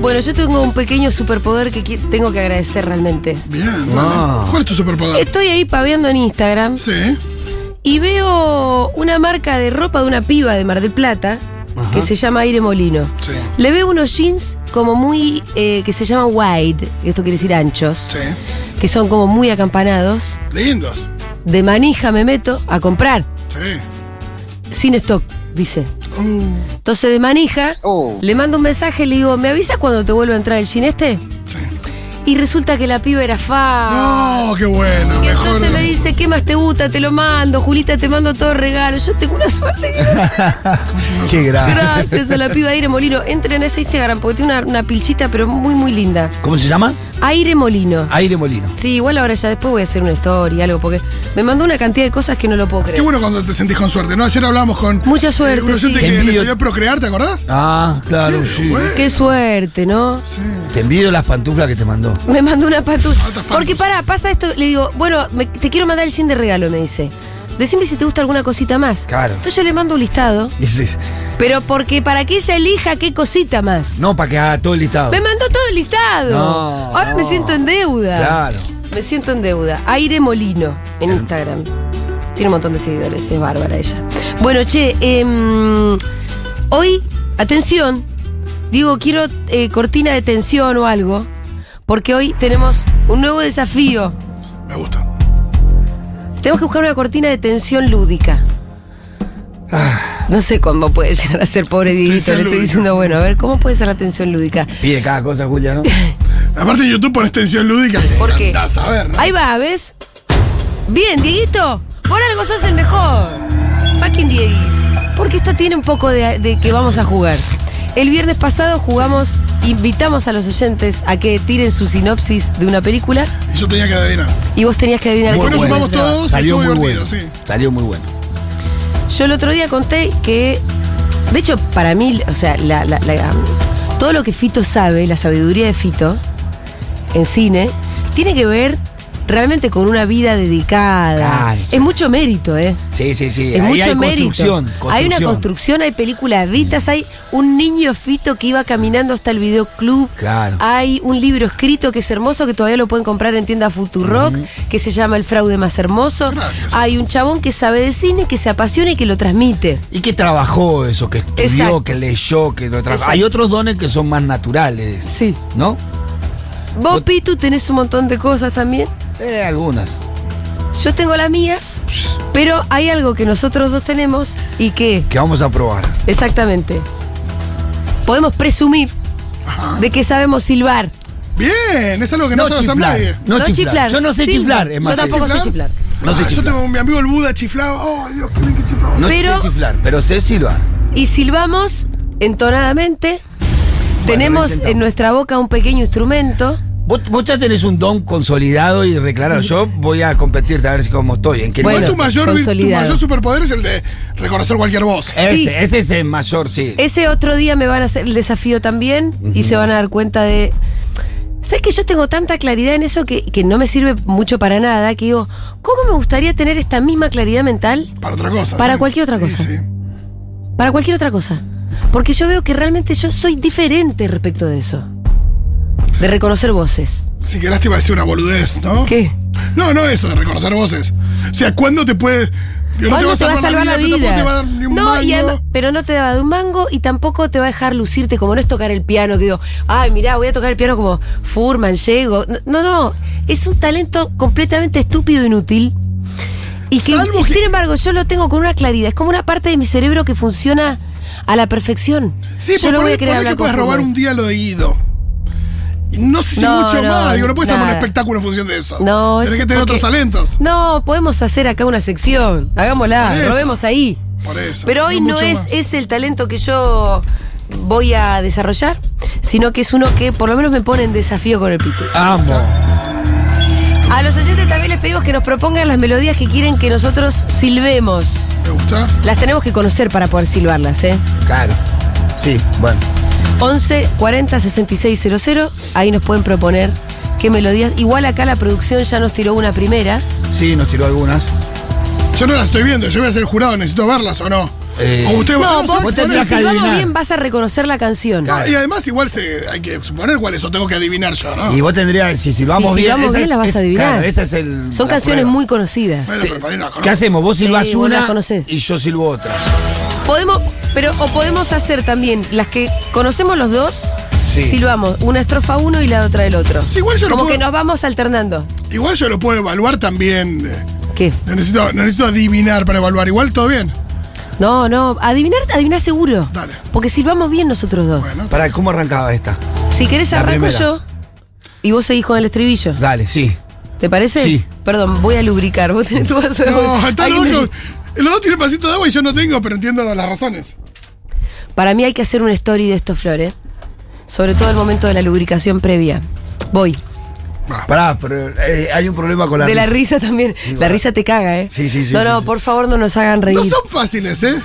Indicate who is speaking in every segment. Speaker 1: Bueno, yo tengo un pequeño superpoder que qui- tengo que agradecer realmente.
Speaker 2: Bien, dale.
Speaker 3: Ah.
Speaker 2: ¿Cuál es tu superpoder?
Speaker 1: Estoy ahí paveando en Instagram
Speaker 2: Sí.
Speaker 1: y veo una marca de ropa de una piba de Mar del Plata
Speaker 3: Ajá.
Speaker 1: que se llama Aire Molino.
Speaker 2: Sí.
Speaker 1: Le veo unos jeans como muy. eh, que se llama wide, esto quiere decir anchos,
Speaker 2: Sí.
Speaker 1: que son como muy acampanados.
Speaker 2: Lindos.
Speaker 1: De manija me meto a comprar,
Speaker 2: Sí.
Speaker 1: sin stock, dice.
Speaker 2: Uh,
Speaker 1: Entonces de manija
Speaker 4: Oh.
Speaker 1: le mando un mensaje y le digo, ¿me avisas cuando te vuelva a entrar el jean este?
Speaker 2: sí.
Speaker 1: Y resulta que la piba era fa. Ah.
Speaker 2: No, qué bueno.
Speaker 1: Y
Speaker 2: Mejor.
Speaker 1: entonces me dice, ¿qué más te gusta? Te lo mando, Julita, te mando todo regalo. Yo tengo una suerte. que-
Speaker 3: Qué grave.
Speaker 1: Gracias a la piba Aire Molino. Entren a ese Instagram porque tiene una, una pilchita, pero muy, muy linda.
Speaker 3: ¿Cómo se llama?
Speaker 1: Aire Molino.
Speaker 3: Aire Molino.
Speaker 1: Sí, igual ahora ya después voy a hacer una story, algo, porque me mandó una cantidad de cosas que no lo puedo
Speaker 2: Qué
Speaker 1: creer.
Speaker 2: bueno cuando te sentís con suerte, ¿no? Ayer hablamos con.
Speaker 1: Mucha
Speaker 2: eh, un
Speaker 1: suerte, sí.
Speaker 2: oyente que le
Speaker 3: Envidio.
Speaker 2: salió a procrear, ¿te acordás?
Speaker 3: Ah, claro, sí.
Speaker 1: Qué suerte, ¿no?
Speaker 2: Sí.
Speaker 3: Te envío las pantuflas que te mandó.
Speaker 1: Me mandó una patulla.
Speaker 2: Altas pantas.
Speaker 1: Porque pará, pasa esto, le digo, bueno, me- te quiero mandar el jean de regalo, me dice. Decime si te gusta alguna cosita más.
Speaker 3: Claro.
Speaker 1: Entonces yo le mando un listado,
Speaker 3: Dices,
Speaker 1: pero porque para que ella elija qué cosita más.
Speaker 3: no, para que haga todo el listado.
Speaker 1: Me mandó todo el listado.
Speaker 3: No,
Speaker 1: Ahora me
Speaker 3: no.
Speaker 1: siento en deuda.
Speaker 3: Claro.
Speaker 1: Me siento en deuda. Aire Molino en Instagram. Tiene un montón de seguidores, es bárbara ella. Bueno, che, em, hoy, atención, digo, quiero eh, cortina de tensión o algo, porque hoy tenemos un nuevo desafío.
Speaker 2: Me gusta.
Speaker 1: Tenemos que buscar una cortina de tensión lúdica. No sé cuándo puede llegar a ser pobre Dieguito,
Speaker 2: Tensión
Speaker 1: le estoy
Speaker 2: lúdica.
Speaker 1: diciendo, bueno, a ver, ¿cómo puede ser la tensión lúdica?
Speaker 3: Pide cada cosa, Julia, ¿no?
Speaker 2: Aparte, en YouTube pones tensión lúdica.
Speaker 1: ¿Por qué?
Speaker 2: Andás a ver, ¿no?
Speaker 1: Ahí va, ¿ves? Bien, Dieguito. Por algo sos el mejor. Fucking Dieguis. Porque esto tiene un poco de, de que vamos a jugar. El viernes pasado jugamos, invitamos a los oyentes a que tiren su sinopsis de una película
Speaker 2: Y yo tenía que adivinar.
Speaker 1: y vos tenías que adivinar
Speaker 2: Muy
Speaker 1: qué
Speaker 2: bueno,
Speaker 1: película
Speaker 2: sumamos
Speaker 1: se trataba.
Speaker 2: todo. todos,
Speaker 3: Salió
Speaker 2: estuvo
Speaker 3: muy bueno.
Speaker 2: divertido, sí.
Speaker 3: Salió muy bueno.
Speaker 1: Yo el otro día conté que, de hecho, para mí, o sea, la- la- la- todo lo que Fito sabe, la sabiduría de Fito en cine, tiene que ver realmente con una vida dedicada.
Speaker 3: Claro,
Speaker 1: es
Speaker 3: sí.
Speaker 1: mucho mérito, ¿eh?
Speaker 3: Sí, sí, sí.
Speaker 1: Es
Speaker 3: Ahí
Speaker 1: mucho
Speaker 3: hay
Speaker 1: mérito.
Speaker 3: construcción,
Speaker 1: Hay una
Speaker 3: construcción.
Speaker 1: construcción, hay películas vistas, hay un niño fito que iba caminando hasta el videoclub.
Speaker 3: Claro.
Speaker 1: Hay un libro escrito que es hermoso, que todavía lo pueden comprar en tienda Futurock, que se llama El fraude más hermoso.
Speaker 2: Gracias.
Speaker 1: Hay un chabón que sabe de cine, que se apasiona y que lo transmite.
Speaker 3: Y que trabajó eso, que estudió,
Speaker 1: Exacto.
Speaker 3: que leyó, que lo trabajó.
Speaker 1: Exacto.
Speaker 3: Hay otros dones que son más naturales.
Speaker 1: Sí.
Speaker 3: ¿No?
Speaker 1: Vos,
Speaker 3: Ot-
Speaker 1: Pitu, tenés un montón de cosas también.
Speaker 3: Eh, algunas.
Speaker 1: Yo tengo las mías, pero hay algo que nosotros dos tenemos y que,
Speaker 3: Que vamos a probar.
Speaker 1: exactamente, podemos presumir de que sabemos silbar.
Speaker 2: Bien, es algo que no, sabes a
Speaker 3: chiflar.
Speaker 2: nadie.
Speaker 3: No, chiflar. Yo no sé
Speaker 1: silbo.
Speaker 3: chiflar, es más.
Speaker 1: Yo tampoco sé chiflar.
Speaker 3: No sé
Speaker 2: Ah, Yo
Speaker 3: chiflar.
Speaker 2: tengo mi amigo el Buda chiflado. Oh, Dios, qué bien que chiflaba.
Speaker 3: No
Speaker 1: Pero-
Speaker 3: sé chiflar, pero sé silbar.
Speaker 1: Y silbamos entonadamente.
Speaker 3: lo
Speaker 1: Tenemos
Speaker 3: intentamos.
Speaker 1: en nuestra boca un pequeño instrumento.
Speaker 3: Vos, vos ya tenés un don consolidado y reclarado. Yo voy a competirte a ver si cómo estoy. En qué
Speaker 1: Mm. Bueno,
Speaker 2: Igual tu
Speaker 3: nivel.
Speaker 2: mayor, vir- tu
Speaker 1: consolidado.
Speaker 2: mayor superpoder es el de reconocer cualquier voz.
Speaker 3: Ese,
Speaker 1: sí.
Speaker 3: ese es el mayor, sí.
Speaker 1: Ese otro día me van a hacer el desafío también y se van a dar cuenta de. ¿Sabes que yo tengo tanta claridad en eso que, que no me sirve mucho para nada? Que digo, ¿cómo me gustaría tener esta misma claridad mental
Speaker 2: Para otra cosa.
Speaker 1: Para
Speaker 2: sí.
Speaker 1: cualquier otra
Speaker 2: Sí,
Speaker 1: cosa.
Speaker 2: sí.
Speaker 1: para cualquier otra cosa? Porque yo veo que realmente yo soy diferente respecto de eso. De reconocer voces.
Speaker 2: Sí, qué lástima decir una boludez, ¿no?
Speaker 1: ¿Qué?
Speaker 2: No, no eso de reconocer voces. O sea, ¿cuándo te puede. Digo,
Speaker 1: ¿Cuándo te va a salvar la
Speaker 2: pero
Speaker 1: vida?
Speaker 2: tampoco te va a dar ni un
Speaker 1: No, y
Speaker 2: mango.
Speaker 1: además- pero no te va a dar un mango y tampoco te va a dejar lucirte como no es tocar el piano, que digo, ay, mirá, voy a tocar el piano como Furman, llego. No, no, es un talento completamente estúpido e inútil. Y que,
Speaker 2: Salvo
Speaker 1: y
Speaker 2: que-
Speaker 1: sin embargo, yo lo tengo con una claridad. Es como una parte de mi cerebro que funciona a la perfección.
Speaker 2: Sí,
Speaker 1: yo
Speaker 2: pero
Speaker 1: no
Speaker 2: por
Speaker 1: voy
Speaker 2: ahí,
Speaker 1: a querer
Speaker 2: por ahí
Speaker 1: hablar
Speaker 2: te puedes
Speaker 1: con
Speaker 2: robar
Speaker 1: Furman.
Speaker 2: un día lo de Guido. Y no sé si
Speaker 1: No,
Speaker 2: mucho
Speaker 1: no,
Speaker 2: más. Digo, no puedes armar un
Speaker 1: nada.
Speaker 2: espectáculo en función de eso.
Speaker 1: No,
Speaker 2: Tenés
Speaker 1: es
Speaker 2: que tener
Speaker 1: porque-
Speaker 2: otros talentos.
Speaker 1: No, podemos hacer acá una sección. Hagámosla,
Speaker 2: Por eso.
Speaker 1: lo vemos ahí.
Speaker 2: Por eso.
Speaker 1: Pero hoy no
Speaker 2: mucho
Speaker 1: es,
Speaker 2: más.
Speaker 1: es el talento que yo voy a desarrollar, sino que es uno que por lo menos me pone en desafío con el pito.
Speaker 3: Amo.
Speaker 1: A los oyentes también les pedimos que nos propongan las melodías que quieren que nosotros silbemos.
Speaker 2: ¿Te gusta?
Speaker 1: Las tenemos que conocer para poder silbarlas, ¿eh?
Speaker 3: Claro. Sí, bueno.
Speaker 1: 11 40 66 00, ahí nos pueden proponer qué melodías. Igual acá la producción ya nos tiró una primera.
Speaker 3: Sí, nos tiró algunas.
Speaker 2: Yo no la estoy viendo, yo voy a ser jurado, necesito verlas o no.
Speaker 3: eh,
Speaker 2: O usted
Speaker 1: No,
Speaker 2: va
Speaker 1: vos,
Speaker 3: vos
Speaker 1: si
Speaker 3: tendrás que
Speaker 1: silbamos
Speaker 3: adivinar.
Speaker 1: bien vas a reconocer la canción.
Speaker 2: Ah, y además igual se, hay que suponer cuál es, o tengo que adivinar yo, ¿no?
Speaker 3: Y vos tendrías, si silbamos
Speaker 1: si
Speaker 3: bien,
Speaker 1: silbamos bien,
Speaker 3: es-
Speaker 1: la vas
Speaker 3: es-
Speaker 1: a adivinar.
Speaker 3: claro, ese es el,
Speaker 1: Son
Speaker 3: la
Speaker 1: canciones
Speaker 3: prueba.
Speaker 1: muy conocidas.
Speaker 2: bueno, pero para mí no la conozco.
Speaker 3: ¿Qué hacemos? Vos
Speaker 1: Sí,
Speaker 3: silbás
Speaker 1: vos las
Speaker 3: una
Speaker 1: conocés.
Speaker 3: y yo silbo otra.
Speaker 1: Podemos, pero o podemos hacer también las que conocemos los dos,
Speaker 3: Sí.
Speaker 1: silbamos una estrofa uno y la otra del otro.
Speaker 2: Sí, igual yo no
Speaker 1: Como que
Speaker 2: puedo-
Speaker 1: nos vamos alternando.
Speaker 2: Igual yo lo puedo evaluar también. eh,
Speaker 1: ¿Qué?
Speaker 2: No necesito, no necesito adivinar para evaluar. Igual todo bien.
Speaker 1: No, no, adivinar, adivinar seguro.
Speaker 2: Dale.
Speaker 1: Porque silbamos bien nosotros dos.
Speaker 2: Bueno.
Speaker 3: Pará, ¿cómo arrancaba esta?
Speaker 1: Si querés
Speaker 3: La
Speaker 1: arranco
Speaker 3: primera.
Speaker 1: yo y vos seguís con el estribillo.
Speaker 3: Dale, sí.
Speaker 1: ¿Te parece?
Speaker 3: Sí.
Speaker 1: Perdón, voy a lubricar. Vos tenés tu vaso de
Speaker 2: No,
Speaker 1: agua.
Speaker 2: está
Speaker 1: Alguien
Speaker 2: loco.
Speaker 1: me-
Speaker 2: Los dos tienen pasito de agua y yo no tengo, pero entiendo las razones.
Speaker 1: Para mí hay que hacer una story de estos flores. Sobre todo el momento de la lubricación previa. Voy.
Speaker 3: Pará, pero eh, hay un problema con la
Speaker 1: de la risa también. la
Speaker 3: bueno.
Speaker 1: risa te caga, ¿eh?
Speaker 3: Sí, sí, sí,
Speaker 1: No,
Speaker 3: sí,
Speaker 1: no,
Speaker 3: sí.
Speaker 1: por favor no nos hagan reír.
Speaker 2: No son fáciles, ¿eh?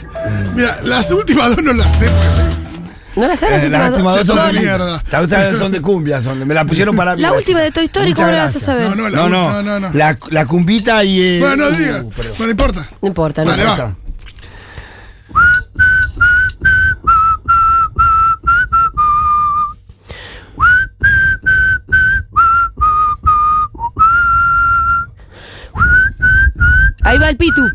Speaker 2: Mira, las últimas dos no las sé. porque soy-
Speaker 1: No las hagas
Speaker 3: Eh, las últimas dos son de
Speaker 2: Son-
Speaker 3: mierda. Las últimas son de cumbia, son de- me la pusieron para mí.
Speaker 1: La última de Toy Story,
Speaker 3: Muchas
Speaker 1: ¿cómo la vas a
Speaker 3: gracias.
Speaker 1: saber?
Speaker 2: No, no, la
Speaker 3: No,
Speaker 2: última-
Speaker 3: no,
Speaker 2: no, no.
Speaker 3: La, la cumbita y. eh,
Speaker 2: Bueno, no
Speaker 3: uh,
Speaker 2: digas.
Speaker 3: pero-
Speaker 2: No le importa.
Speaker 1: No importa, no.
Speaker 2: Dale,
Speaker 1: importa.
Speaker 2: va.
Speaker 3: Esa.
Speaker 1: Ahí va el Pitu.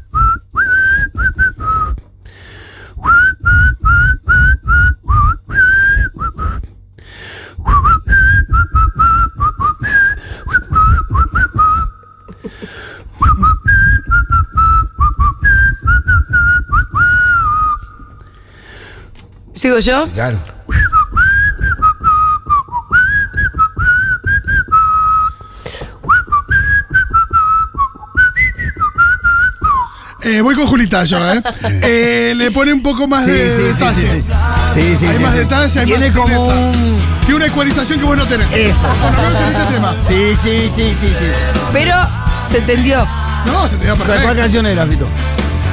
Speaker 1: ¿Sigo yo?
Speaker 3: Claro.
Speaker 2: Eh, voy con Julita yo, ¿eh? Eh, Le pone un poco más
Speaker 3: Sí,
Speaker 2: de
Speaker 3: sí, sí,
Speaker 2: detalle.
Speaker 3: sí, sí. Sí, sí,
Speaker 2: hay
Speaker 3: sí,
Speaker 2: más
Speaker 3: sí.
Speaker 2: detalle, hay
Speaker 3: Tiene
Speaker 2: más
Speaker 3: como
Speaker 2: fineza.
Speaker 3: un.
Speaker 2: Tiene una ecualización que vos no tenés.
Speaker 3: Eso.
Speaker 2: Por lo menos en este tema.
Speaker 3: Sí, sí, sí, sí, sí.
Speaker 1: Pero se entendió.
Speaker 2: No, se te dio
Speaker 3: ¿Cuál, cuál
Speaker 2: perfecto.
Speaker 3: canción era, Fito?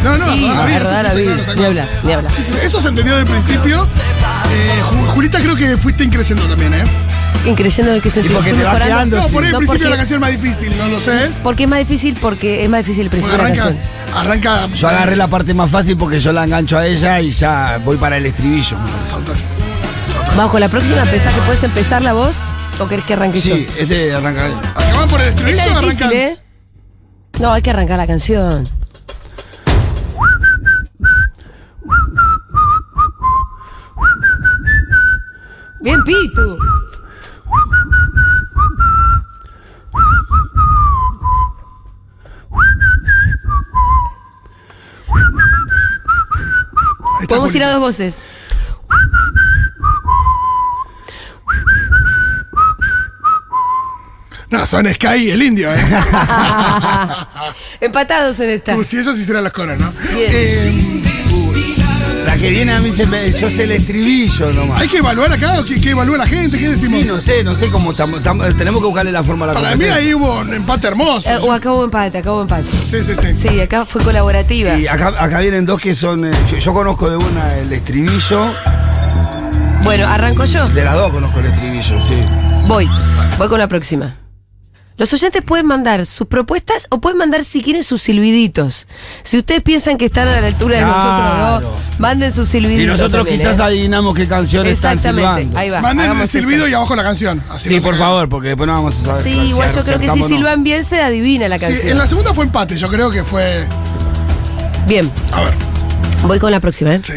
Speaker 2: No, no,
Speaker 1: Y
Speaker 2: a
Speaker 1: a
Speaker 2: ver, eso
Speaker 1: rodar
Speaker 2: sí
Speaker 1: la vida.
Speaker 2: está claro, está
Speaker 1: ah, Ni
Speaker 2: claro.
Speaker 1: hablar, ni hablar.
Speaker 2: Eso- Eso se entendió desde el principio. Eh, Ju- Julita creo que fuiste increciendo también, ¿eh?
Speaker 1: Increyendo en el que se
Speaker 3: Y porque
Speaker 1: fui
Speaker 3: te va
Speaker 1: mejorando.
Speaker 3: quedando,
Speaker 2: No,
Speaker 3: sí.
Speaker 2: por ahí
Speaker 1: No,
Speaker 2: al principio
Speaker 1: porque-
Speaker 2: la canción es más difícil, no lo sé. ¿eh?
Speaker 1: Porque es más difícil, porque es más difícil el
Speaker 2: Porque
Speaker 1: principio de la
Speaker 2: arranca,
Speaker 1: canción.
Speaker 2: arranca.
Speaker 3: Yo agarré la parte más fácil porque yo la engancho a ella y ya voy para el estribillo.
Speaker 1: Vamos con la próxima, pensás que puedes empezar la voz o querés que arranque yo.
Speaker 3: Sí, este arranca.
Speaker 2: ¿Acaban por el estribillo
Speaker 1: Está
Speaker 2: o
Speaker 1: difícil,
Speaker 2: arrancan?
Speaker 1: ¿eh? No, hay que arrancar la canción. Bien, Pitu.
Speaker 2: Ahí está
Speaker 1: Podemos ir
Speaker 2: Julita.
Speaker 1: a dos voces.
Speaker 2: No, son Sky y el indio, ¿eh?
Speaker 1: Empatados en esta.
Speaker 2: Como si ellos hicieran las coros, ¿no?
Speaker 1: Bien.
Speaker 2: Eh,
Speaker 3: La que viene a mí se me- yo sé el estribillo nomás.
Speaker 2: ¿Hay que evaluar acá o qué, qué evalúa la gente? ¿Qué decimos?
Speaker 3: Sí, no sé, no sé cómo estamos. estamos- tenemos que buscarle la forma a la
Speaker 2: Para mí
Speaker 3: competencia.
Speaker 2: ahí hubo un empate hermoso.
Speaker 1: Eh, o acabo empate, acabo empate.
Speaker 2: Sí, sí, sí.
Speaker 1: Sí, acá fue colaborativa.
Speaker 3: Y acá, acá vienen dos que son. eh, yo, yo conozco de una el estribillo.
Speaker 1: Bueno, arranco yo.
Speaker 3: De las dos conozco el estribillo, sí.
Speaker 1: Voy, voy con la próxima. Los oyentes pueden mandar sus propuestas o pueden mandar si quieren sus silbiditos. Si ustedes piensan que están a la altura de
Speaker 3: Claro.
Speaker 1: nosotros dos, manden sus silbiditos.
Speaker 3: Y nosotros
Speaker 1: también,
Speaker 3: quizás
Speaker 1: ¿eh?
Speaker 3: adivinamos qué canción están
Speaker 1: Exactamente,
Speaker 3: silbando.
Speaker 1: ahí va.
Speaker 2: Manden el
Speaker 1: hagamos eso.
Speaker 2: silbido y abajo la canción. Así
Speaker 3: Sí,
Speaker 2: no se
Speaker 3: por
Speaker 2: cagan.
Speaker 3: favor, porque después no vamos a saber.
Speaker 1: Sí,
Speaker 3: claro,
Speaker 1: igual
Speaker 3: si
Speaker 1: yo creo que si
Speaker 3: acertamos o no.
Speaker 1: silban bien se adivina la
Speaker 2: Sí, en
Speaker 1: canción.
Speaker 2: la segunda fue empate, yo creo que fue.
Speaker 1: Bien,
Speaker 2: A ver,
Speaker 1: voy con la próxima, ¿eh?
Speaker 2: sí.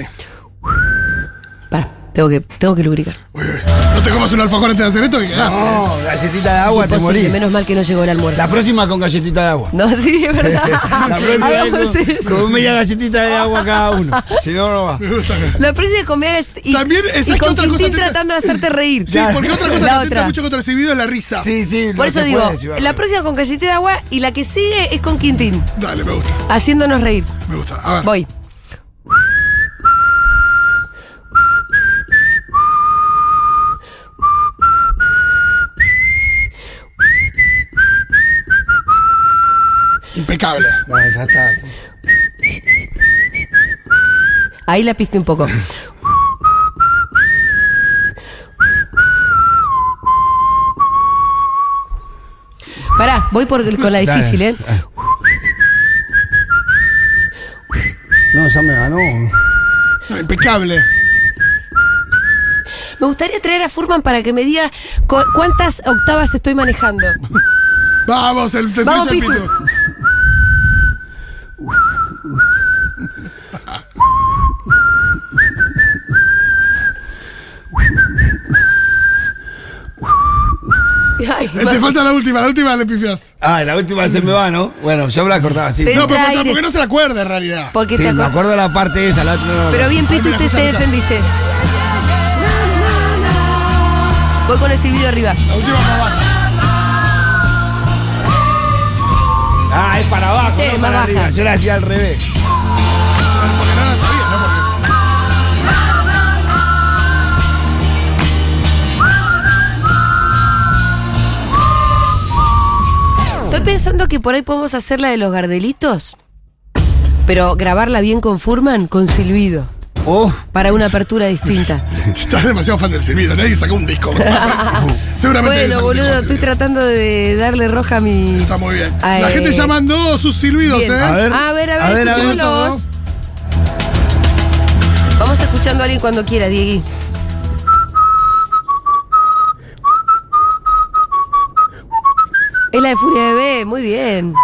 Speaker 1: Pará, tengo que, tengo que lubricar.
Speaker 2: Uy, uy. No te comas un alfajor antes de hacer esto que quedás.
Speaker 3: No, Oh, galletita de agua, te
Speaker 1: Imposible,
Speaker 3: morís.
Speaker 1: menos mal que no llegó el almuerzo.
Speaker 3: La próxima con galletita de agua.
Speaker 1: No, sí, es verdad.
Speaker 3: La próxima es
Speaker 1: Hagamos
Speaker 3: con,
Speaker 1: eso.
Speaker 3: con media galletita de agua cada uno. Si no, no va.
Speaker 2: Me gusta.
Speaker 1: La próxima comida es y,
Speaker 2: También,
Speaker 1: y
Speaker 2: exacto,
Speaker 1: con
Speaker 2: otra cosa
Speaker 1: Quintín
Speaker 2: atenta-
Speaker 1: tratando de hacerte reír.
Speaker 2: Sí, porque otra cosa que
Speaker 1: La
Speaker 2: atenta
Speaker 1: otra.
Speaker 2: mucho contra el silbido es la risa.
Speaker 3: Sí, sí.
Speaker 1: Por
Speaker 3: no
Speaker 1: eso
Speaker 3: se
Speaker 1: digo,
Speaker 3: puede silbar.
Speaker 1: la próxima con Callete de Agua y la que sigue es con Quintín,
Speaker 2: Dale, me gusta,
Speaker 1: haciéndonos reír.
Speaker 2: me gusta. A ver.
Speaker 1: Voy.
Speaker 2: Impecable.
Speaker 3: No, ya está.
Speaker 1: Ahí la piste un poco. Pará, voy por, con la difícil, ¿eh?
Speaker 3: No, ya me ganó.
Speaker 2: No, impecable.
Speaker 1: Me gustaría traer a Furman para que me diga cu- cuántas octavas estoy manejando.
Speaker 2: Vamos, el tendrillo
Speaker 1: Vamos,
Speaker 2: del
Speaker 1: Pitu. Ay,
Speaker 2: Eh, Te falta la última, la última le pifias.
Speaker 3: Ah, la última se me va, ¿no? Bueno, yo me la cortaba así.
Speaker 1: Te-
Speaker 2: No, pero
Speaker 1: Entra aire.
Speaker 2: tampoco no se la acuerda en realidad.
Speaker 1: porque
Speaker 3: Sí,
Speaker 1: te
Speaker 3: me
Speaker 1: acor-
Speaker 3: acuerdo la parte esa, la otra no.
Speaker 1: Pero bien, Pitu, te,
Speaker 2: Escucha,
Speaker 1: te
Speaker 2: escucha.
Speaker 1: defendiste. Voy con el silbido arriba.
Speaker 2: La última más baja.
Speaker 3: Ah, es para abajo,
Speaker 1: Sí,
Speaker 3: no
Speaker 1: más
Speaker 3: para arriba.
Speaker 1: baja.
Speaker 3: Yo la hacía al revés.
Speaker 2: Porque no la sabía, ¿no? Porque-
Speaker 1: Estoy pensando que por ahí podemos hacer la de los gardelitos, pero grabarla bien con Furman, con silbido,
Speaker 3: Oh,
Speaker 1: para una apertura distinta.
Speaker 2: Estás demasiado fan del servido, nadie sacó un disco. Seguramente nadie
Speaker 1: bueno,
Speaker 2: sacó un disco
Speaker 1: boludo,
Speaker 2: del
Speaker 1: estoy
Speaker 2: silbido.
Speaker 1: tratando de darle roja a mi...
Speaker 2: Está muy bien.
Speaker 1: Ay.
Speaker 2: La gente llamando sus silbidos,
Speaker 1: Bien.
Speaker 2: ¿eh?
Speaker 3: A
Speaker 1: a ver,
Speaker 3: ver,
Speaker 1: a
Speaker 3: a
Speaker 1: ver,
Speaker 3: ver, a ver.
Speaker 1: escuchémoslos. Vamos escuchando a alguien cuando quiera, Diegui. Es la de Furia Bebé, muy bien.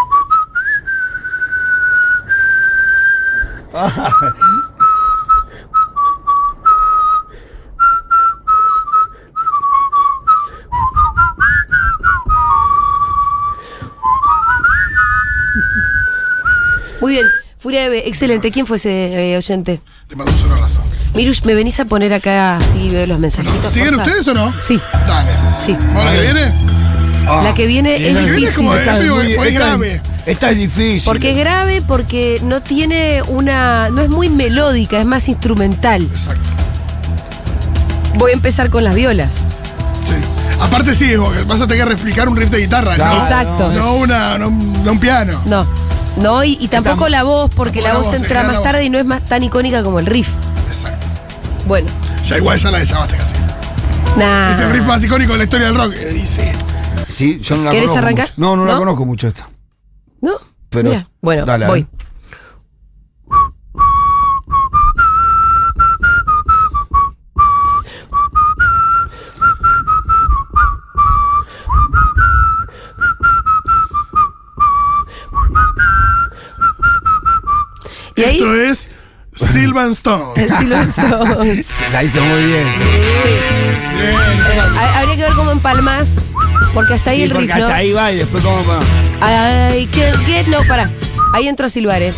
Speaker 1: Muy bien, Furia Bebé, excelente. ¿Quién fue ese eh, oyente?
Speaker 2: Te mandamos un abrazo.
Speaker 1: Mirush, ¿me venís a poner acá así veo los mensajitos?
Speaker 2: ¿Siguen
Speaker 1: porfa?
Speaker 2: ustedes o no?
Speaker 1: Sí,
Speaker 2: Dale.
Speaker 1: sí.
Speaker 2: ¿Ahora que viene?
Speaker 3: ah.
Speaker 1: La que viene es
Speaker 3: Esa
Speaker 2: que viene es como
Speaker 1: difícil.
Speaker 2: de- amigo,
Speaker 3: muy-
Speaker 2: es
Speaker 3: esta-
Speaker 2: grave.
Speaker 3: Esta es difícil.
Speaker 1: Porque es grave, porque no tiene una. no es muy melódica, es más instrumental.
Speaker 2: Exacto.
Speaker 1: Voy a empezar con las violas.
Speaker 2: Sí. Aparte sí, vos vas a tener que replicar un riff de guitarra,
Speaker 3: Claro,
Speaker 2: ¿no?
Speaker 1: Exacto.
Speaker 3: es-
Speaker 2: No, una, no, un- no un piano.
Speaker 1: No. No, y, y tampoco
Speaker 3: Tam-
Speaker 1: la voz, porque
Speaker 2: tampoco
Speaker 1: la
Speaker 2: la
Speaker 1: voz
Speaker 2: voz, en
Speaker 1: entra
Speaker 2: general
Speaker 1: más
Speaker 2: la voz.
Speaker 1: tarde y no es más tan icónica como el riff.
Speaker 2: Exacto.
Speaker 1: Bueno,
Speaker 2: Ya igual ya la desabaste casi.
Speaker 1: nada.
Speaker 2: Es el riff más icónico de la historia del rock. Eh, Y sí.
Speaker 3: Sí, yo no la
Speaker 1: ¿Querés
Speaker 3: conozco
Speaker 1: arrancar?
Speaker 3: mucho. No, no, la
Speaker 1: ¿No?
Speaker 3: conozco mucho esta.
Speaker 1: ¿No?
Speaker 3: Pero-
Speaker 1: Mirá. Bueno,
Speaker 3: Dale, a
Speaker 1: voy.
Speaker 3: ver.
Speaker 1: Y ahí.
Speaker 2: Esto es Sylvan Stone.
Speaker 1: Sí, lo sos.
Speaker 3: La hizo muy bien.
Speaker 1: Sí.
Speaker 2: Bien,
Speaker 1: Ha- Habría que ver cómo empalmas, porque hasta ahí
Speaker 3: Sí,
Speaker 1: el
Speaker 3: porque
Speaker 1: riff, ¿no?
Speaker 3: hasta ahí va y después cómo va.
Speaker 1: Ay, que que- No, pará. Ahí entro a silbar, eh.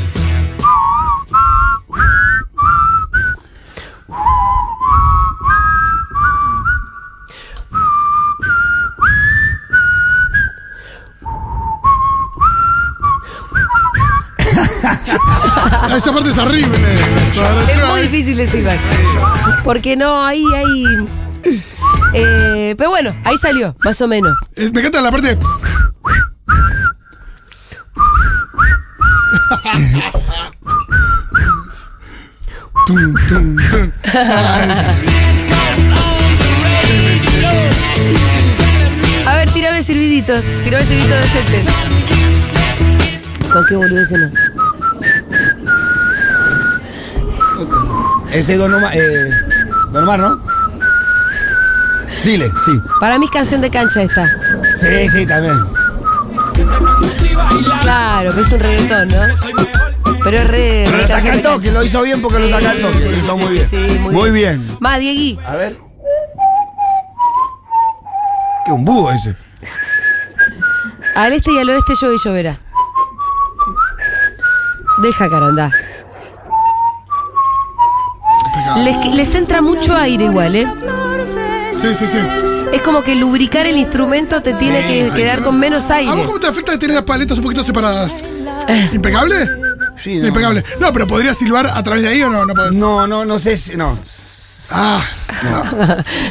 Speaker 2: Ah, Esa parte es horrible.
Speaker 1: Es muy difícil de silbar. Porque no, ahí, ahí. Eh, pero bueno, ahí salió, más o menos.
Speaker 2: Eh, Me encanta la parte. Tum, tum, tum. Ah, es difícil, es difícil. Es difícil.
Speaker 1: A ver, tirame silbiditos. Tirame silbiditos de oyentes. ¿Con qué boludez no?
Speaker 3: Ese Don Omar, eh, Don Omar, ¿no? Dile, sí.
Speaker 1: Para mí es canción de cancha esta.
Speaker 3: Sí, sí, también.
Speaker 1: Claro, pero es un reggaetón, ¿no? Pero es re.
Speaker 3: Pero
Speaker 1: re
Speaker 3: lo saca
Speaker 1: canción
Speaker 3: al
Speaker 1: de
Speaker 3: toque,
Speaker 1: cancha.
Speaker 3: lo hizo bien porque lo
Speaker 1: Sí,
Speaker 3: saca al toque. Lo
Speaker 1: sí,
Speaker 3: hizo
Speaker 1: sí,
Speaker 3: muy
Speaker 1: sí,
Speaker 3: bien.
Speaker 1: sí, muy
Speaker 3: Muy
Speaker 1: bien.
Speaker 3: bien.
Speaker 1: Va, Diegui.
Speaker 3: A ver. Qué un búho ese.
Speaker 1: Al este y al oeste llueve y lloverá. Deja carandá. Les, les entra mucho aire igual, ¿eh?
Speaker 2: Sí, sí, sí.
Speaker 1: Es como que lubricar el instrumento te tiene
Speaker 3: Sí,
Speaker 1: que
Speaker 3: sí,
Speaker 1: quedar con menos
Speaker 2: ¿A vos
Speaker 1: aire.
Speaker 2: cómo te afecta que tenés las paletas un poquito separadas? ¿Impecable?
Speaker 3: Sí, no.
Speaker 2: Impecable. No, pero ¿podrías silbar a través de ahí o no? No podés.
Speaker 3: No, no, no sé si. No.
Speaker 2: Ah, no.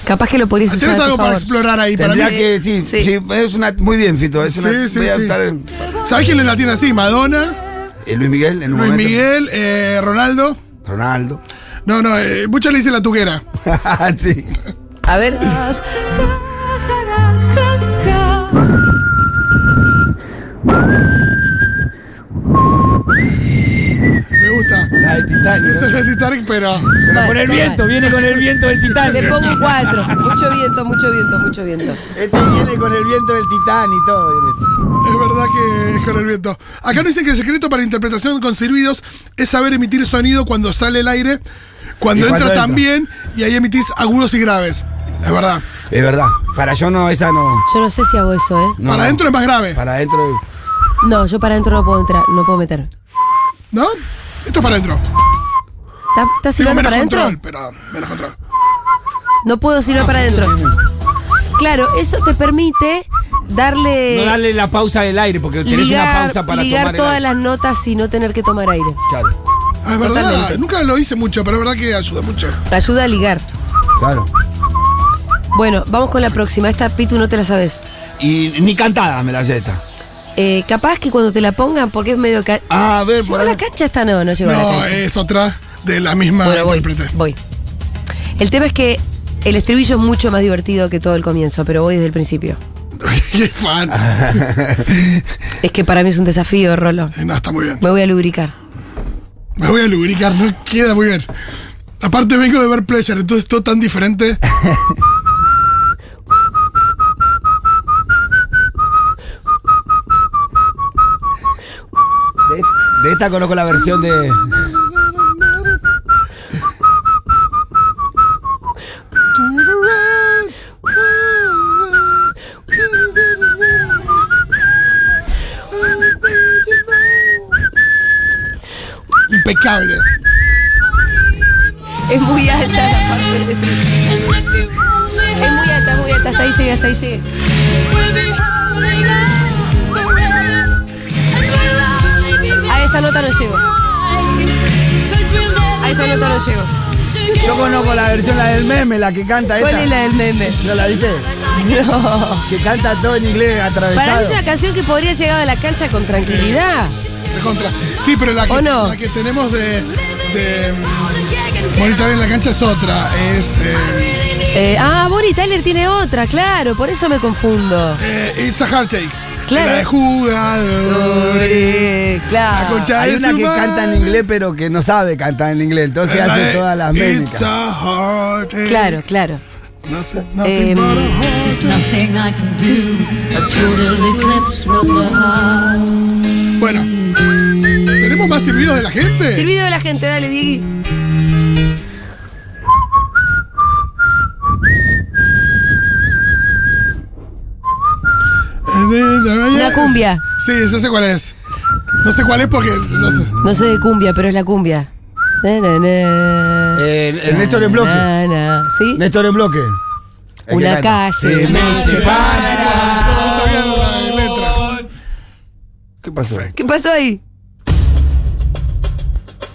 Speaker 1: Capaz que lo podrías usar.
Speaker 2: ¿Tenés
Speaker 1: a tu
Speaker 2: algo para
Speaker 1: favor.
Speaker 2: explorar ahí? Para mí.
Speaker 3: Tendría que. Sí,
Speaker 1: Sí.
Speaker 3: sí, Es una. Muy bien, Fito. Es una,
Speaker 2: Sí, sí,
Speaker 3: voy a
Speaker 2: sí.
Speaker 3: estar en-
Speaker 2: ¿Sabés quién la tiene así? Madonna,
Speaker 3: eh, Luis Miguel en un
Speaker 2: Luis
Speaker 3: momento.
Speaker 2: Miguel, eh, Ronaldo.
Speaker 3: Ronaldo.
Speaker 2: No, no, eh, muchos le dicen la tuguera.
Speaker 3: sí.
Speaker 1: A ver.
Speaker 2: Me me gusta.
Speaker 3: La de Titanic.
Speaker 2: Esa es
Speaker 3: ¿no?
Speaker 2: la Titanic, pero.
Speaker 3: Pero con el
Speaker 1: Mal,
Speaker 3: viento,
Speaker 1: mal.
Speaker 3: viene con el viento del
Speaker 1: Le
Speaker 3: Titanic.
Speaker 1: pongo un 4. Mucho viento, mucho viento, mucho viento.
Speaker 3: Este viene con el viento del Titanic y todo. viene este.
Speaker 2: Es verdad que es con el viento. Acá nos dicen que el secreto para interpretación con silbidos es saber emitir sonido cuando sale el aire, cuando
Speaker 3: Y cuando
Speaker 2: entra
Speaker 3: entra.
Speaker 2: también, y ahí emitís agudos y graves. Es verdad.
Speaker 3: Es verdad. Para yo no, esa no.
Speaker 1: Yo no sé si hago eso, ¿eh?
Speaker 3: no,
Speaker 2: para
Speaker 3: no.
Speaker 2: adentro es más grave,
Speaker 3: Para adentro.
Speaker 1: No, yo para adentro no puedo entrar, no puedo meter.
Speaker 2: ¿no? Esto es para adentro.
Speaker 1: ¿Está- ¿Estás
Speaker 2: Tengo
Speaker 1: silbando
Speaker 2: menos
Speaker 1: para
Speaker 2: control,
Speaker 1: adentro?
Speaker 2: pero menos control.
Speaker 1: No puedo silbar para adentro. Claro, eso te permite darle.
Speaker 3: No darle la pausa del aire, porque tenés una
Speaker 1: Eh, ligar,
Speaker 3: pausa para
Speaker 1: ligar
Speaker 3: tomar el
Speaker 1: todas
Speaker 3: aire.
Speaker 1: las notas y no tener que tomar aire.
Speaker 3: Claro,
Speaker 2: Ah, es verdad,
Speaker 1: Totalmente.
Speaker 2: nunca lo hice mucho, pero es verdad que ayuda mucho.
Speaker 1: Ayuda a ligar.
Speaker 3: claro.
Speaker 1: Bueno, vamos con la próxima. Esta Pitu no te la sabes.
Speaker 3: Y ni cantada me la sé esta.
Speaker 1: Eh, capaz que cuando te la pongan, porque es medio. Ca
Speaker 3: A ver,
Speaker 1: ¿Llegó
Speaker 3: Ah, eh, por
Speaker 1: a
Speaker 3: ahí. eh,
Speaker 1: la cancha esta? No, no llegó a la
Speaker 2: No,
Speaker 1: cancha.
Speaker 2: es otra de la misma
Speaker 1: Bueno, voy,
Speaker 2: intérprete.
Speaker 1: voy. El tema es que el estribillo es mucho más divertido que todo el comienzo, pero voy desde el principio.
Speaker 2: Qué fan.
Speaker 1: Es que para mí es un desafío, Rolo.
Speaker 2: Eh, No, está muy bien.
Speaker 1: Me voy a lubricar.
Speaker 2: Me voy a lubricar, no queda muy bien. Aparte vengo de ver Pleasure, entonces todo tan diferente.
Speaker 3: De, de esta conozco la versión de.
Speaker 2: Impecable.
Speaker 1: Es muy alta la parte del estribillo. Es muy alta, es muy alta. Hasta ahí llegué, hasta ahí llegué. A esa nota no llego. A esa nota no llego.
Speaker 3: Yo conozco la versión, la del meme, la que canta esta.
Speaker 1: ¿Cuál es la del meme?
Speaker 3: ¿No la viste?
Speaker 1: No.
Speaker 3: Que canta todo en inglés
Speaker 1: Para mí es
Speaker 3: atravesado.
Speaker 1: una canción que podría llegar a la cancha con tranquilidad.
Speaker 2: De contra. Sí, pero la
Speaker 1: ¿O
Speaker 2: que,
Speaker 1: no?
Speaker 2: la que tenemos de, de mm, monitor en la cancha es otra. Es eh,
Speaker 1: Eh, ah, Bonnie Tyler tiene otra, claro, por eso me confundo.
Speaker 2: eh, It's a Heartache.
Speaker 1: Claro.
Speaker 2: La de jugadores.
Speaker 3: Eh,
Speaker 2: La
Speaker 1: Claro.
Speaker 2: concha
Speaker 3: Hay
Speaker 2: de
Speaker 3: una
Speaker 2: su
Speaker 3: que
Speaker 2: madre.
Speaker 3: canta en inglés, pero que no sabe cantar en inglés, entonces
Speaker 2: La
Speaker 3: hace
Speaker 2: de
Speaker 3: todas las
Speaker 2: It's
Speaker 3: métricas.
Speaker 2: a Heartache.
Speaker 1: Claro, claro.
Speaker 2: No sé, nothing
Speaker 1: Em,
Speaker 2: but a heartache.
Speaker 4: Nothing I can do, a total eclipse of the heart.
Speaker 2: Bueno, ¿tenemos más servidos de la gente?
Speaker 1: Silbido de la gente, dale, Diegui. Una cumbia.
Speaker 2: Sí, yo sé cuál es. No sé cuál es porque no sé.
Speaker 1: No sé de cumbia, pero es la cumbia. Na, na, na.
Speaker 3: Eh, el- el Néstor en bloque.
Speaker 1: Na, na. ¿Sí?
Speaker 3: Néstor en bloque. El
Speaker 1: Una
Speaker 3: que canta.
Speaker 1: calle
Speaker 3: Sí.
Speaker 1: me separa.
Speaker 2: No sabía la letra.
Speaker 3: ¿Qué pasó?
Speaker 1: ¿Qué pasó ahí?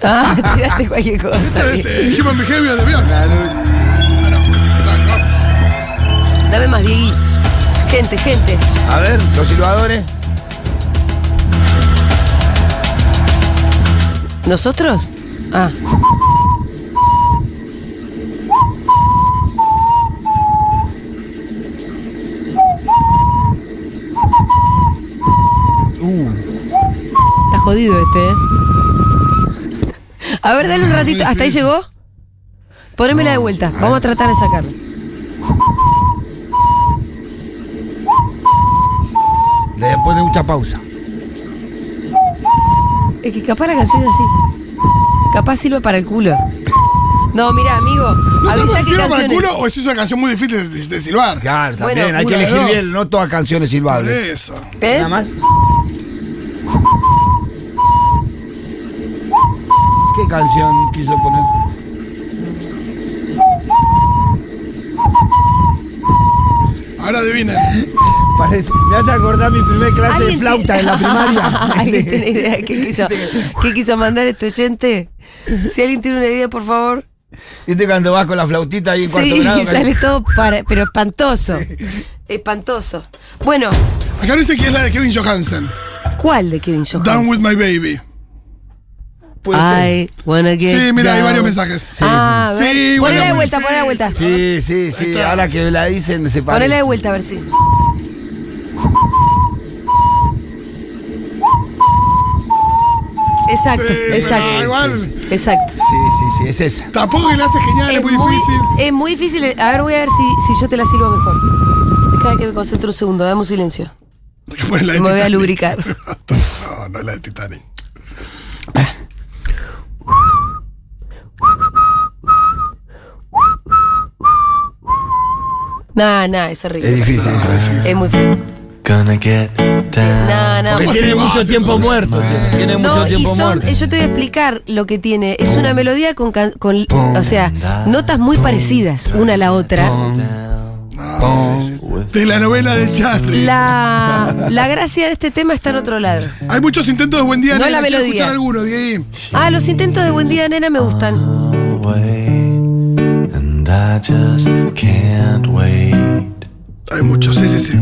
Speaker 1: Ah, tiraste cualquier cosa.
Speaker 2: Esta es eh, Human Behavior de Björk.
Speaker 1: Dame más, Diegui. Gente, gente.
Speaker 3: A ver, los silbadores.
Speaker 1: ¿Nosotros? Ah.
Speaker 2: Uh.
Speaker 1: Está jodido este, ¿eh? A ver, dale un ratito. ¿Hasta ahí llegó? Ponémela de vuelta. Vamos a tratar de sacarla.
Speaker 3: Después de mucha pausa.
Speaker 1: Es que capaz la canción es así. Capaz sirve para el culo. No, mira, amigo.
Speaker 2: No sé
Speaker 1: avisa
Speaker 2: si
Speaker 1: qué
Speaker 2: sirve para el
Speaker 1: canciones.
Speaker 2: culo o si es una canción muy difícil de, de silbar.
Speaker 3: Claro,
Speaker 1: Bueno,
Speaker 3: también hay que
Speaker 1: una de
Speaker 3: elegir
Speaker 2: dos.
Speaker 3: bien, no todas canciones
Speaker 2: Por
Speaker 3: silbables.
Speaker 2: eso.
Speaker 1: ¿Eh?
Speaker 3: Nada más. ¿Qué canción quiso poner?
Speaker 2: Ahora adivinen.
Speaker 3: Parece- me hace acordar mi primer clase de
Speaker 1: ¿Alguien
Speaker 3: flauta
Speaker 1: tiene-
Speaker 3: en la
Speaker 1: ¿Alguien tiene
Speaker 3: primaria.
Speaker 1: idea de qué quiso, qué quiso mandar este oyente? Si alguien tiene una idea, por favor.
Speaker 3: ¿Viste cuando vas con la flautita ahí en cuarto
Speaker 1: Sí,
Speaker 3: grado?
Speaker 1: sale todo para. Pero espantoso. Espantoso. Bueno,
Speaker 2: Acá dice que es la de Kevin Johansen.
Speaker 1: ¿cuál de Kevin
Speaker 2: Down
Speaker 1: Johansen?
Speaker 2: with my baby.
Speaker 3: Puede ser.
Speaker 1: I wanna get
Speaker 2: Sí, mira, hay
Speaker 1: down.
Speaker 2: varios mensajes.
Speaker 3: Sí,
Speaker 1: ah,
Speaker 2: sí.
Speaker 1: a ver.
Speaker 2: Sí,
Speaker 1: ponela
Speaker 2: bueno,
Speaker 1: de
Speaker 2: muy
Speaker 1: vuelta, ponela de vuelta.
Speaker 3: Sí, sí, sí. Ahora que la dicen, se parece.
Speaker 1: Ponela de vuelta, a ver si. Exacto,
Speaker 2: Sí, pero
Speaker 1: exacto.
Speaker 2: igual.
Speaker 1: Exacto.
Speaker 3: Sí, sí, sí, es esa.
Speaker 2: Tampoco que la hace genial, es, muy, difícil.
Speaker 1: es muy difícil. A ver, voy a ver si, si yo te la sirvo mejor. Déjame que me concentre un segundo, dame un silencio.
Speaker 2: Tenés que poner la de
Speaker 1: Me voy a
Speaker 2: Titanic.
Speaker 1: lubricar.
Speaker 2: no, no es la de Titanic.
Speaker 1: Nah, nah, es horrible.
Speaker 3: Es difícil.
Speaker 1: Es muy feo.
Speaker 5: Gonna get down.
Speaker 1: Nah, nah.
Speaker 3: Porque
Speaker 1: vos-
Speaker 3: tiene
Speaker 2: sí,
Speaker 3: mucho
Speaker 2: vos,
Speaker 3: tiempo
Speaker 2: sí,
Speaker 3: muerto. tiene- Tiene mucho
Speaker 1: No, y
Speaker 3: tiempo
Speaker 1: son,
Speaker 3: muerto.
Speaker 1: yo te voy a explicar lo que tiene. Es una melodía con, can- con o sea, notas muy parecidas una a la otra.
Speaker 2: De la novela de Charlie.
Speaker 1: La, la gracia de este tema está en otro lado.
Speaker 2: Hay muchos intentos de buen día.
Speaker 1: No
Speaker 2: Nena,
Speaker 1: la
Speaker 2: quiero
Speaker 1: melodía.
Speaker 2: escuchar alguno, Diego.
Speaker 1: Ah, los intentos de Buen Día Nena me gustan.
Speaker 5: away, and I just can't wait.
Speaker 2: Hay muchos, sí, sí, sí.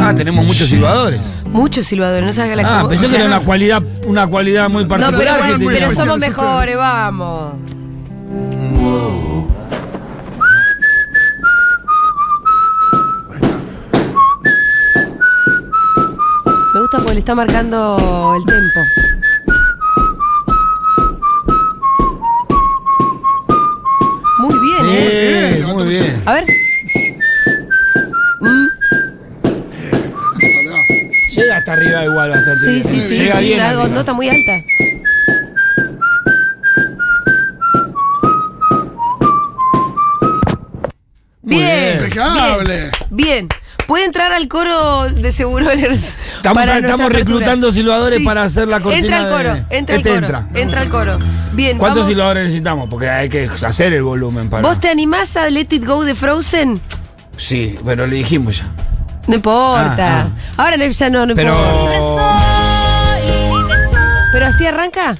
Speaker 3: Ah, tenemos muchos silbadores.
Speaker 1: Muchos silbadores, no sabes la
Speaker 3: Ah,
Speaker 1: como-
Speaker 3: pensé que era una cualidad, una cualidad muy
Speaker 1: No,
Speaker 3: particular.
Speaker 1: pero,
Speaker 3: que
Speaker 1: bueno,
Speaker 3: tenía.
Speaker 1: pero somos
Speaker 2: ustedes.
Speaker 1: mejores, vamos. Me gusta porque le está marcando el tempo. Muy bien, ¿eh?
Speaker 3: Sí, muy bien.
Speaker 1: A ver.
Speaker 3: Llega hasta arriba igual bastante.
Speaker 1: Sí,
Speaker 3: bien.
Speaker 1: sí, sí,
Speaker 3: Llega
Speaker 1: sí,
Speaker 3: bien
Speaker 1: una
Speaker 3: arriba.
Speaker 1: nota muy alta. Bien,
Speaker 3: bien.
Speaker 1: bien,
Speaker 2: Impecable.
Speaker 1: Bien. Puede entrar al coro de Seguro
Speaker 3: Estamos- estamos reclutando silbadores para hacer la cortina
Speaker 1: Entra al coro,
Speaker 3: de-
Speaker 1: entra al
Speaker 3: Este
Speaker 1: coro.
Speaker 3: entra.
Speaker 1: Entra al coro. Bien,
Speaker 3: ¿Cuántos
Speaker 1: vamos.
Speaker 3: silbadores necesitamos? Porque hay que hacer el volumen para.
Speaker 1: ¿Vos te animás a Let It Go de Frozen?
Speaker 3: Sí, bueno, le dijimos ya.
Speaker 1: No importa.
Speaker 3: Ah,
Speaker 1: Ahora no- ya no, no
Speaker 3: Pero.
Speaker 1: importa. Pero así arranca.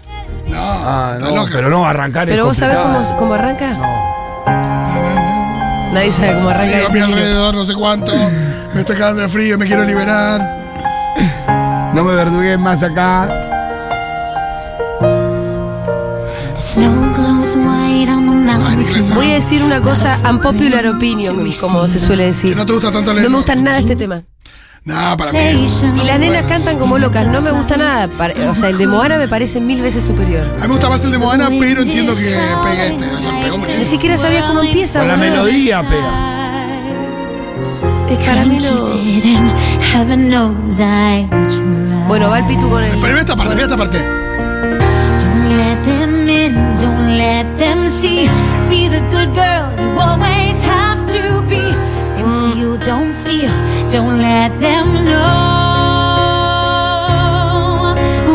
Speaker 2: No,
Speaker 3: Ah,
Speaker 2: está
Speaker 3: no,
Speaker 2: loca.
Speaker 3: pero no, arrancar
Speaker 1: Pero
Speaker 3: es
Speaker 1: vos sabés
Speaker 3: complicado.
Speaker 1: cómo, cómo arranca. Nadie sabe cómo arranca.
Speaker 2: Frío a
Speaker 1: ese
Speaker 2: mi
Speaker 1: tiro.
Speaker 2: alrededor, no sé cuánto. Me está cagando de frío, me quiero liberar.
Speaker 3: No me verdugues más acá.
Speaker 6: Snow glows white on the
Speaker 2: Ah, en
Speaker 6: mountains.
Speaker 2: inglés.
Speaker 1: Voy a decir una cosa unpopular opinion, como se suele
Speaker 2: Que
Speaker 1: decir.
Speaker 2: no te gusta tanto la
Speaker 1: No me gusta nada este tema.
Speaker 2: Nah, para mí. es-
Speaker 6: Nation.
Speaker 1: Y las nenas cantan como locas, no me gusta nada. Pare- O sea, el de Moana me parece mil veces superior.
Speaker 2: A mí me gusta más el de Moana, pero entiendo que pega este. O sea, pegó
Speaker 1: Ni
Speaker 2: muchísimo.
Speaker 1: siquiera sabía cómo empieza.
Speaker 3: Con la
Speaker 1: boludo.
Speaker 3: melodía pega.
Speaker 1: Es para mí no.
Speaker 6: Keep it in. Heaven knows I tried.
Speaker 1: Bueno, va el pitu con el.
Speaker 2: Pero esta parte, mira esta parte.
Speaker 6: Don't let them in, don't let them see. Be the good girl you always have to be. Conceal, don't feel, don't let them know.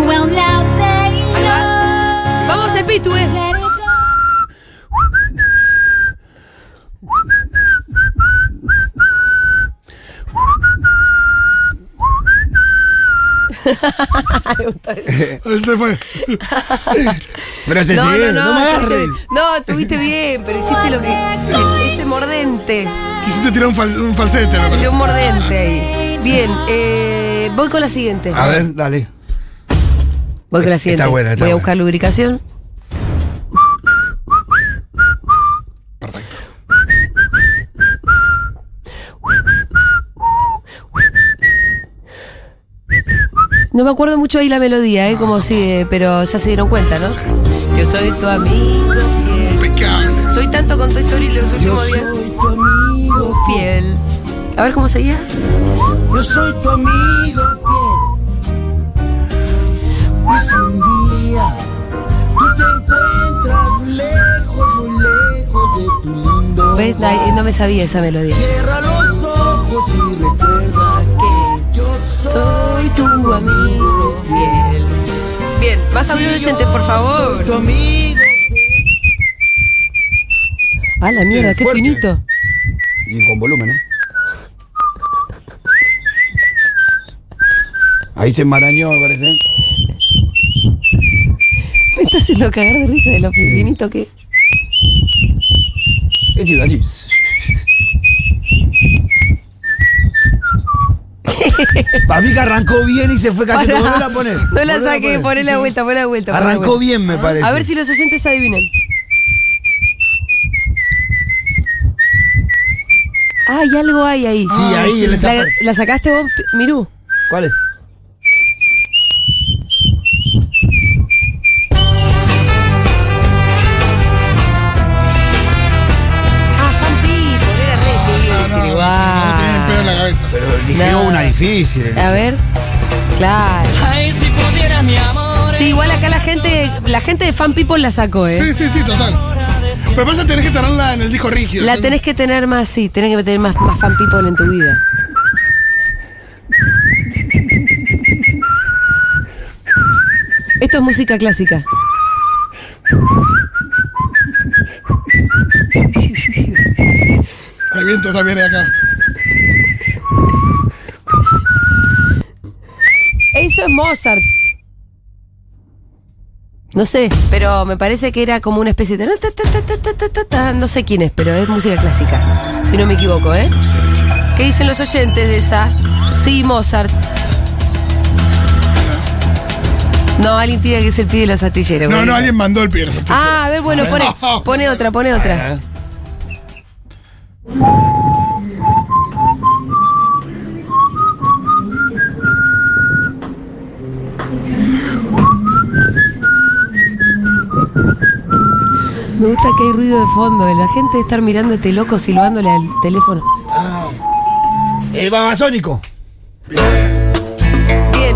Speaker 6: Well, now they
Speaker 1: Ahí va.
Speaker 6: know.
Speaker 1: Vamos el pitu, eh.
Speaker 6: Let it go.
Speaker 2: Este fue.
Speaker 3: Pero se
Speaker 1: No, no, este
Speaker 3: sigue, no,
Speaker 1: no,
Speaker 3: me
Speaker 1: estuviste-
Speaker 3: agarres.
Speaker 1: no, estuviste bien, pero hiciste lo que. el- ese mordente.
Speaker 2: Quisiste tirar un, fal- un falsete, me
Speaker 1: Tiré
Speaker 2: parece.
Speaker 1: un mordente ahí. Bien, eh, voy con la siguiente.
Speaker 3: A ver, dale.
Speaker 1: Voy con la siguiente.
Speaker 3: Está buena, está
Speaker 1: Voy a
Speaker 3: buena.
Speaker 1: buscar lubricación.
Speaker 2: Perfecto.
Speaker 1: No me acuerdo mucho ahí la melodía, ¿eh? Como sigue, pero ya se dieron cuenta, ¿no? Yo soy tu amigo fiel.
Speaker 2: Impecable.
Speaker 1: Estoy tanto con Toy Story los últimos días. fiel. A ver cómo seguía.
Speaker 7: Yo soy tu amigo fiel. Es Pues un día tú te encuentras lejos, muy lejos de tu lindo.
Speaker 1: ¿Ves? No, eh, no me sabía esa melodía.
Speaker 7: Cierra los ojos y recuerda que yo soy tu amigo
Speaker 1: fiel. Bien, más audio oyente, por favor.
Speaker 7: fiel. Tu amigo.
Speaker 1: A la mierda,
Speaker 3: Eh,
Speaker 1: qué
Speaker 3: fuerte.
Speaker 1: finito.
Speaker 3: Y con volumen, ¿eh? Ahí se enmarañó, me parece.
Speaker 1: Me está haciendo cagar de risa de lo finito que.
Speaker 3: Es decir, así. Para mí que arrancó bien y se fue casi.
Speaker 1: Pará.
Speaker 3: Pero volvela a poner.
Speaker 1: No la
Speaker 3: Volvela a
Speaker 1: saqué,
Speaker 3: poner.
Speaker 1: poné
Speaker 3: Sí,
Speaker 1: la
Speaker 3: sí.
Speaker 1: vuelta, poné la vuelta. poné la
Speaker 3: Arrancó
Speaker 1: vuelta.
Speaker 3: bien, me parece.
Speaker 1: A ver si los oyentes adivinan. Ah, hay algo hay ahí.
Speaker 3: Sí, ahí en esa
Speaker 1: la,
Speaker 3: parte.
Speaker 1: la sacaste vos, Pi- Mirú.
Speaker 3: ¿Cuál es? difícil. ¿eh?
Speaker 1: A ver. Claro.
Speaker 4: Ay, si pudieras, mi amor.
Speaker 1: Sí, igual acá la gente, la gente de Fan People la sacó, ¿eh?
Speaker 2: Sí, sí, sí, total. Pero pasa que tenés que tenerla en el disco rígido.
Speaker 1: La
Speaker 2: ¿sí?
Speaker 1: tenés que tener más, sí, tenés que tener más, más fan people en tu vida. Esto es música clásica.
Speaker 2: Hay viento también acá.
Speaker 1: Eso es Mozart. No sé, pero me parece que era como una especie de... ta, ta, ta, ta, ta, ta, ta, ta. No sé quién es, pero es música clásica, si no me equivoco, ¿eh? ¿Qué dicen los oyentes de esa? Sí, Mozart. No, alguien tira que es el pie de los astilleros.
Speaker 2: No,
Speaker 1: güey.
Speaker 2: no, alguien mandó el pie. no sé.
Speaker 1: Ah, a ver, bueno, pone, pone otra, pone otra.
Speaker 3: Ah,
Speaker 1: Me gusta que hay ruido de fondo, la gente debe estar mirando a este loco silbándole al teléfono.
Speaker 3: ah. El babasónico.
Speaker 1: Bien,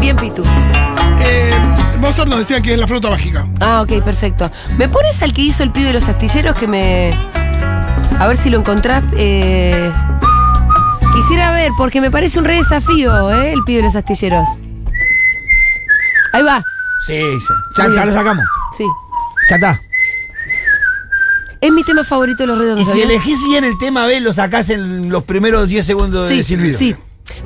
Speaker 1: bien Pitu.
Speaker 2: Eh, Mozart nos decía que es la flauta mágica.
Speaker 1: Ah, ok, perfecto. ¿Me pones al que hizo el pibe de los astilleros que me... A ver si lo encontrás. eh. Quisiera ver, porque me parece un re desafío, ¿eh? El pibe de los astilleros. Ahí va.
Speaker 3: Sí, sí. Ya
Speaker 1: Muy
Speaker 3: está,
Speaker 1: bien.
Speaker 3: lo sacamos.
Speaker 1: Sí.
Speaker 3: Ya está.
Speaker 1: Es mi tema favorito de los redondos. ¿eh?
Speaker 3: Y si
Speaker 1: ¿sabías?
Speaker 3: elegís bien el tema, B, lo sacás en los primeros 10 segundos de silbido.
Speaker 1: Sí.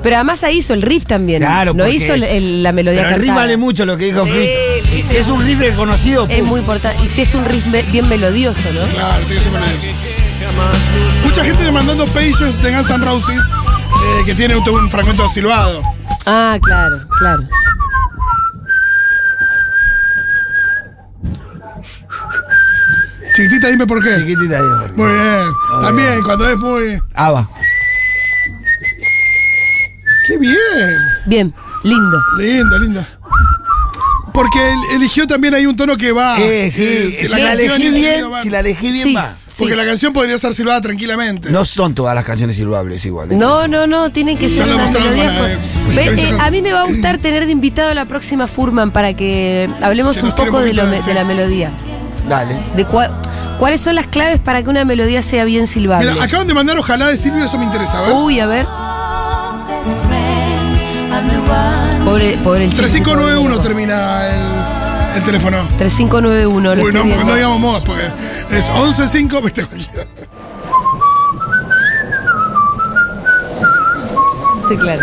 Speaker 1: Pero además ahí hizo el riff también.
Speaker 3: Claro,
Speaker 1: No
Speaker 3: porque-
Speaker 1: hizo el- el- la melodía
Speaker 3: Pero el riff
Speaker 1: cantada.
Speaker 3: vale mucho lo que dijo
Speaker 1: Sí,
Speaker 3: Frit.
Speaker 1: sí,
Speaker 3: Si es un riff reconocido,
Speaker 1: Es muy importante. Y si es un riff me- bien melodioso, ¿no?
Speaker 2: Claro, tiene que ser maravilloso. Mucha gente demandando Pages de Guns N' Roses, eh, que tiene un, un fragmento silbado.
Speaker 1: Ah, claro, claro.
Speaker 2: Chiquitita, dime por qué.
Speaker 3: chiquitita. Ah, ahí,
Speaker 2: Muy bien.
Speaker 3: Muy
Speaker 2: También,
Speaker 3: bien.
Speaker 2: cuando es muy.
Speaker 3: Ava.
Speaker 2: ¡Qué bien!
Speaker 1: Bien, lindo.
Speaker 2: Linda, linda. Porque el- eligió también ahí un tono que va.
Speaker 3: Eh, sí,
Speaker 2: eh, que
Speaker 3: si la
Speaker 2: canción y
Speaker 3: elegí
Speaker 2: el
Speaker 3: bien,
Speaker 2: silbido van.
Speaker 3: si la elegí bien
Speaker 1: Sí.
Speaker 3: va.
Speaker 2: Porque
Speaker 1: Sí.
Speaker 2: la canción podría ser silbada tranquilamente.
Speaker 3: No son todas las canciones silbables igual.
Speaker 1: No, no, no, tienen que
Speaker 2: Ya
Speaker 1: ser
Speaker 2: lo
Speaker 1: unas
Speaker 2: mostramos
Speaker 1: melodías.
Speaker 2: con la
Speaker 1: con-
Speaker 2: de música
Speaker 1: Ve, eh,
Speaker 2: viciosa.
Speaker 1: a mí me va a gustar tener de invitado a la próxima Furman para que hablemos
Speaker 2: Que
Speaker 1: un
Speaker 2: nos tire
Speaker 1: poco
Speaker 2: un
Speaker 1: de, lo
Speaker 2: poquito
Speaker 1: me-
Speaker 2: de-
Speaker 1: de la melodía.
Speaker 3: Dale.
Speaker 1: De cua- cuáles son las claves para que una melodía sea bien silbable.
Speaker 2: Mira, acaban de mandar ojalá de Silvio, eso me interesaba.
Speaker 1: Uy, a ver. Pobre, pobre el chico.
Speaker 2: 3591 termina el, el teléfono.
Speaker 1: 3591, lo
Speaker 2: Uy,
Speaker 1: estoy
Speaker 2: no,
Speaker 1: viendo.
Speaker 2: no digamos modas porque es 115. Viste, cualquiera.
Speaker 1: Sí, claro.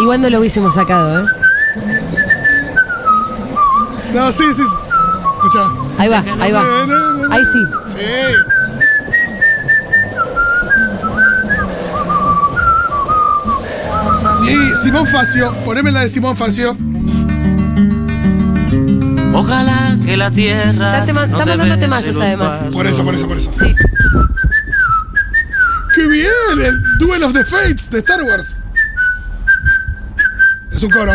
Speaker 1: Igual no lo hubiésemos sacado, ¿eh?
Speaker 2: No, sí, sí. sí. Escuchá.
Speaker 1: Ahí va, ahí va. Ahí sí.
Speaker 2: Sí. Y Simón Facio, poneme la de Simón Facio.
Speaker 8: Ojalá que la tierra.
Speaker 1: Está tema-
Speaker 8: no
Speaker 1: está
Speaker 8: te
Speaker 1: mandando
Speaker 8: bese
Speaker 1: temazos,
Speaker 8: los
Speaker 1: además.
Speaker 8: pasos.
Speaker 2: Por eso, por eso, por eso.
Speaker 1: Sí.
Speaker 2: ¡Qué bien! El Duel of the Fates de Star Wars. Es un coro.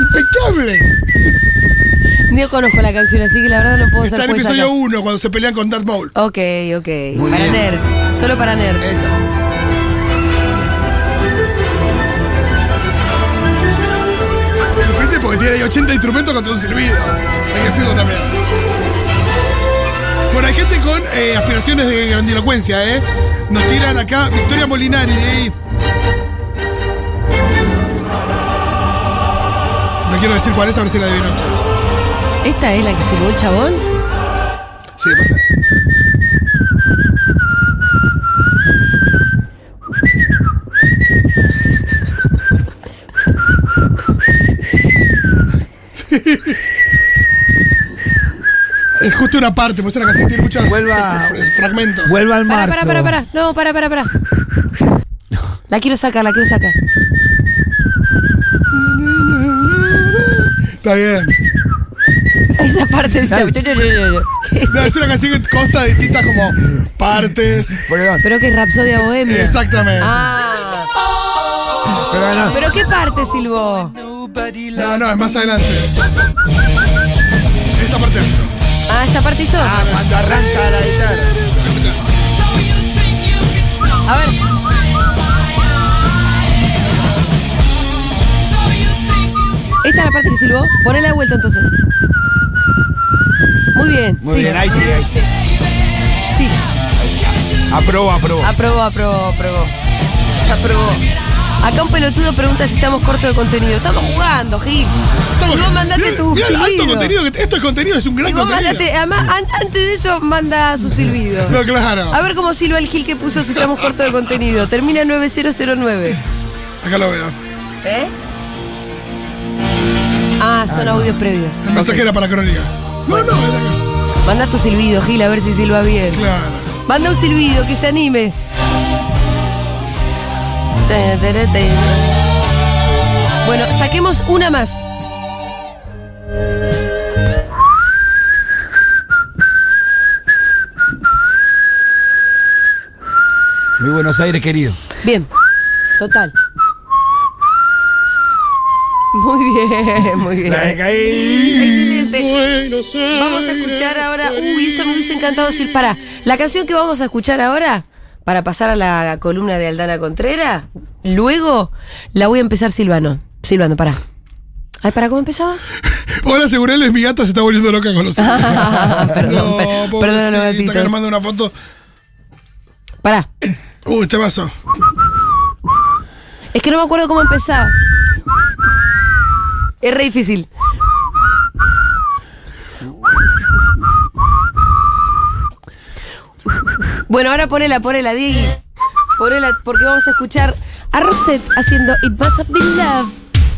Speaker 2: Impecable.
Speaker 1: No conozco la canción, así que la verdad no puedo
Speaker 2: Está
Speaker 1: ser
Speaker 2: en
Speaker 1: jueza acá.
Speaker 2: episodio 1 cuando se pelean con Darth Maul.
Speaker 1: Ok, ok. para
Speaker 3: bien.
Speaker 1: nerds. Solo para nerds.
Speaker 2: Difícil porque tiene ahí 80 instrumentos contra un silbido. Hay que decirlo también. Bueno, hay gente con eh, aspiraciones de grandilocuencia, ¿eh? Nos tiran acá Victoria Molinari. ¿eh? No quiero decir cuál es, a ver si la adivinan ustedes.
Speaker 1: ¿Esta es la que silbó el chabón?
Speaker 2: Sí, pasa. Es justo una parte, pues una canción que tiene muchos eh,
Speaker 3: Vuelva-
Speaker 2: fr- fragmentos.
Speaker 3: Vuelva al
Speaker 1: Pará,
Speaker 3: marzo.
Speaker 1: pará, pará, pará. No, pará, pará, pará. La quiero sacar, la quiero sacar.
Speaker 2: Está bien.
Speaker 1: Esa parte está. ¿Qué es
Speaker 2: No, es
Speaker 1: eso?
Speaker 2: una canción que consta de distintas como partes.
Speaker 3: Perdón,
Speaker 1: Pero que es Rapsodia Bohemia.
Speaker 2: Exactamente.
Speaker 1: Ah,
Speaker 3: pero ganó.
Speaker 1: pero qué parte silbó.
Speaker 2: No, no, es más adelante. Esta parte es.
Speaker 1: Ah, esta parte hizo.
Speaker 3: Cuando arranca la guitarra.
Speaker 1: A ver. Esta es la parte que silbó. Ponela de vuelta entonces. Muy bien.
Speaker 3: Muy
Speaker 1: sí.
Speaker 3: bien, ahí sí, ahí sí.
Speaker 1: Sí.
Speaker 3: Aprobó, aprobó.
Speaker 1: Aprobó, aprobó, aprobó. Se aprobó. Acá un pelotudo pregunta si estamos cortos de contenido. Estamos jugando, Gil. Y vos mandaste
Speaker 2: Mirá-
Speaker 1: tu
Speaker 2: mirá el alto
Speaker 1: silbido.
Speaker 2: contenido que- esto es contenido, es un gran
Speaker 1: Y vos
Speaker 2: contenido.
Speaker 1: mandaste, además, an- antes de eso manda su silbido.
Speaker 2: No, claro.
Speaker 1: A ver cómo silba el Gil que puso si estamos cortos de contenido. Termina 9009.
Speaker 2: Acá lo veo.
Speaker 1: ¿Eh? Ah, son audios previos.
Speaker 2: Pasajera para crónica. No, no, era acá.
Speaker 1: Manda tu silbido, Gil, a ver si silba bien.
Speaker 2: Claro.
Speaker 1: Manda un silbido, que se anime. Ta, ta, ta, ta. Bueno, saquemos una más.
Speaker 3: Muy Buenos Aires, querido.
Speaker 1: Bien. Total. Muy bien, muy bien. Excelente. Vamos a escuchar ahora. Uy, esto me hubiese encantado decir. Para, la canción que vamos a escuchar ahora, para pasar a la columna de Aldana Contreras, luego la voy a empezar silbando. Silbando, para. Ay, ¿para cómo empezaba?
Speaker 2: Hola, Segureles, mi gata se está volviendo loca con los
Speaker 1: Perdón,
Speaker 2: No,
Speaker 1: per- perdón,
Speaker 2: pobrecita,
Speaker 1: gatitos.
Speaker 2: que nos manda una foto.
Speaker 1: Para.
Speaker 2: Uy, este vaso.
Speaker 1: Es que no me acuerdo cómo empezaba. Es re difícil. Bueno, ahora ponela, ponela, Diego. Ponela, porque vamos a escuchar a Rosette haciendo It Must Have Been Love.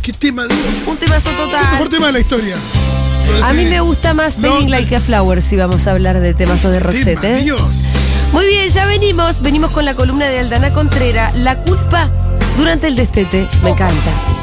Speaker 2: Qué tema. de-
Speaker 1: Un temazo total.
Speaker 2: Mejor tema de la historia.
Speaker 1: A mí me gusta más
Speaker 2: No,
Speaker 1: Feeling Like a Flower si vamos a hablar de temazos de Rosette,
Speaker 2: Tema,
Speaker 1: ¿eh?
Speaker 2: Dios.
Speaker 1: Muy bien, ya venimos. Venimos con la columna de Aldana Contrera. La culpa durante el destete. Me encanta.